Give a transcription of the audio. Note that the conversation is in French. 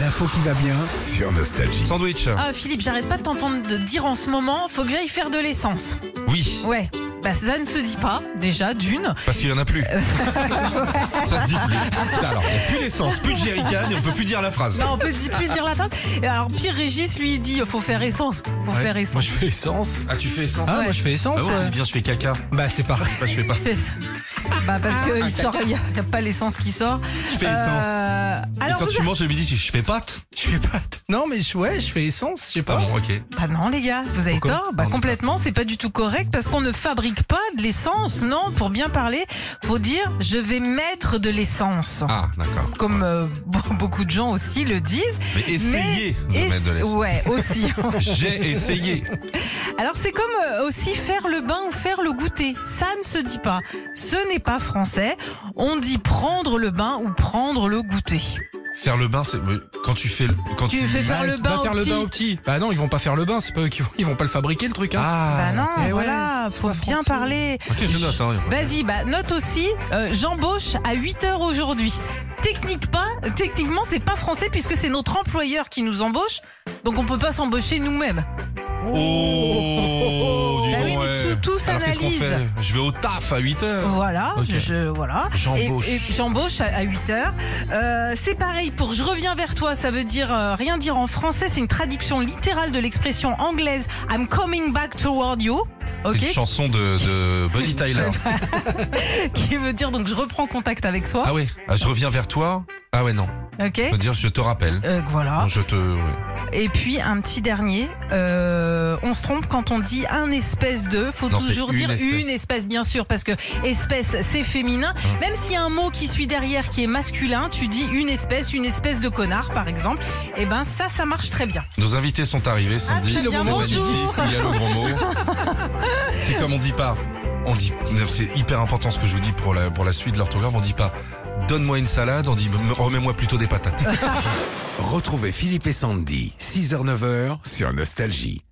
l'info qui va bien. sur Nostalgie. Sandwich. Ah Philippe, j'arrête pas de t'entendre de dire en ce moment, faut que j'aille faire de l'essence. Oui, Ouais. Bah ça ne se dit pas, déjà, d'une. parce qu'il y en a plus. Euh. Ça se dit plus. Alors, il n'y a plus d'essence, plus de jerrycan et on peut plus dire la phrase. Non, Bah, on peut dire- plus dire la phrase. Et Alors Pierre Régis, lui, il dit, faut faire essence. Faut faire Moi essence. je fais essence. Ah, tu fais essence Ah, Ouais. moi je fais essence. Bah ouais, ouais. tu dis bien, je fais caca. Bah c'est pareil. Bah, je fais pas. Bah parce qu'il sort, il n'y a, il y a pas l'essence qui sort. Je fais essence. Euh, Et alors, quand vous tu manges le midi, tu dis, je fais pâte. Je fais pas. Non mais je- ouais, je fais essence. Je sais Ah pas. bon, ok. Bah non les gars, vous avez Pourquoi tort. Bah Non, mais- complètement, c'est pas du tout correct parce qu'on ne fabrique pas de l'essence. Non, pour bien parler, faut dire je vais mettre de l'essence. Ah, d'accord. Comme euh, be- beaucoup de gens aussi le disent. Mais essayez Mais de mettre de ess- l'essence. Ouais, aussi. J'ai essayé. Alors c'est comme euh, aussi faire le bain ou faire le goûter. Ça ne se dit pas. Ce n'est pas français. On dit prendre le bain ou prendre le goûter. Faire le bain, c'est. mais Quand tu fais le. Quand Tu fais faire Ouais, le tu bain vas faire au le petit. bain au petit. Bah non, ils vont pas faire le bain. C'est pas eux qui vont. Ils vont pas le fabriquer le truc. Hein. Ah. Bah non, eh ouais, voilà, c'est faut pas bien français. parler. Ok, je note. hein. Vas-y, bah note aussi, euh, j'embauche à 8 heures aujourd'hui. Technique pas, techniquement c'est pas français puisque c'est notre employeur qui nous embauche, donc on peut pas s'embaucher nous-mêmes. Oh, dis Bah oui, donc, mais ouais. tout- tout Alors, qu'est-ce qu'on s'analyse. fait Je vais au taf à 8 heures. Voilà, Ok. je, je- voilà. Et- J'embauche. et J'embauche à, 8 heures. Euh, c'est pareil pour je reviens vers toi, ça veut dire euh, rien dire en français, c'est une traduction littérale de l'expression anglaise I'm coming back toward you. Ok, C'est une chanson de, de Bonnie Tyler. qui veut dire donc je reprends contact avec Ah toi. ouais, ah, je reviens vers toi. Ah ouais, non. Ok, Ça veut dire je te rappelle. Euh, voilà. Non, je te. ouais. Et puis un petit dernier, euh, on se trompe quand on dit un espèce de, faut Non, c'est toujours une dire espèce. une espèce bien sûr parce que espèce c'est féminin. Même s'il y a un mot qui suit derrière qui est masculin, tu dis une espèce, une espèce de connard par exemple. Et ben ça, ça marche très bien. Nos invités sont arrivés, Sandy. Ah, très C'est bien, magnifique. bonjour. Il y a le gros mot. C'est comme on dit pas. On dit. C'est hyper important ce que je vous dis pour la, pour la suite de l'orthographe. On dit pas. Donne-moi une salade. On dit remets-moi plutôt des patates. Retrouvez Philippe et Sandy, 6h-9h sur Nostalgie.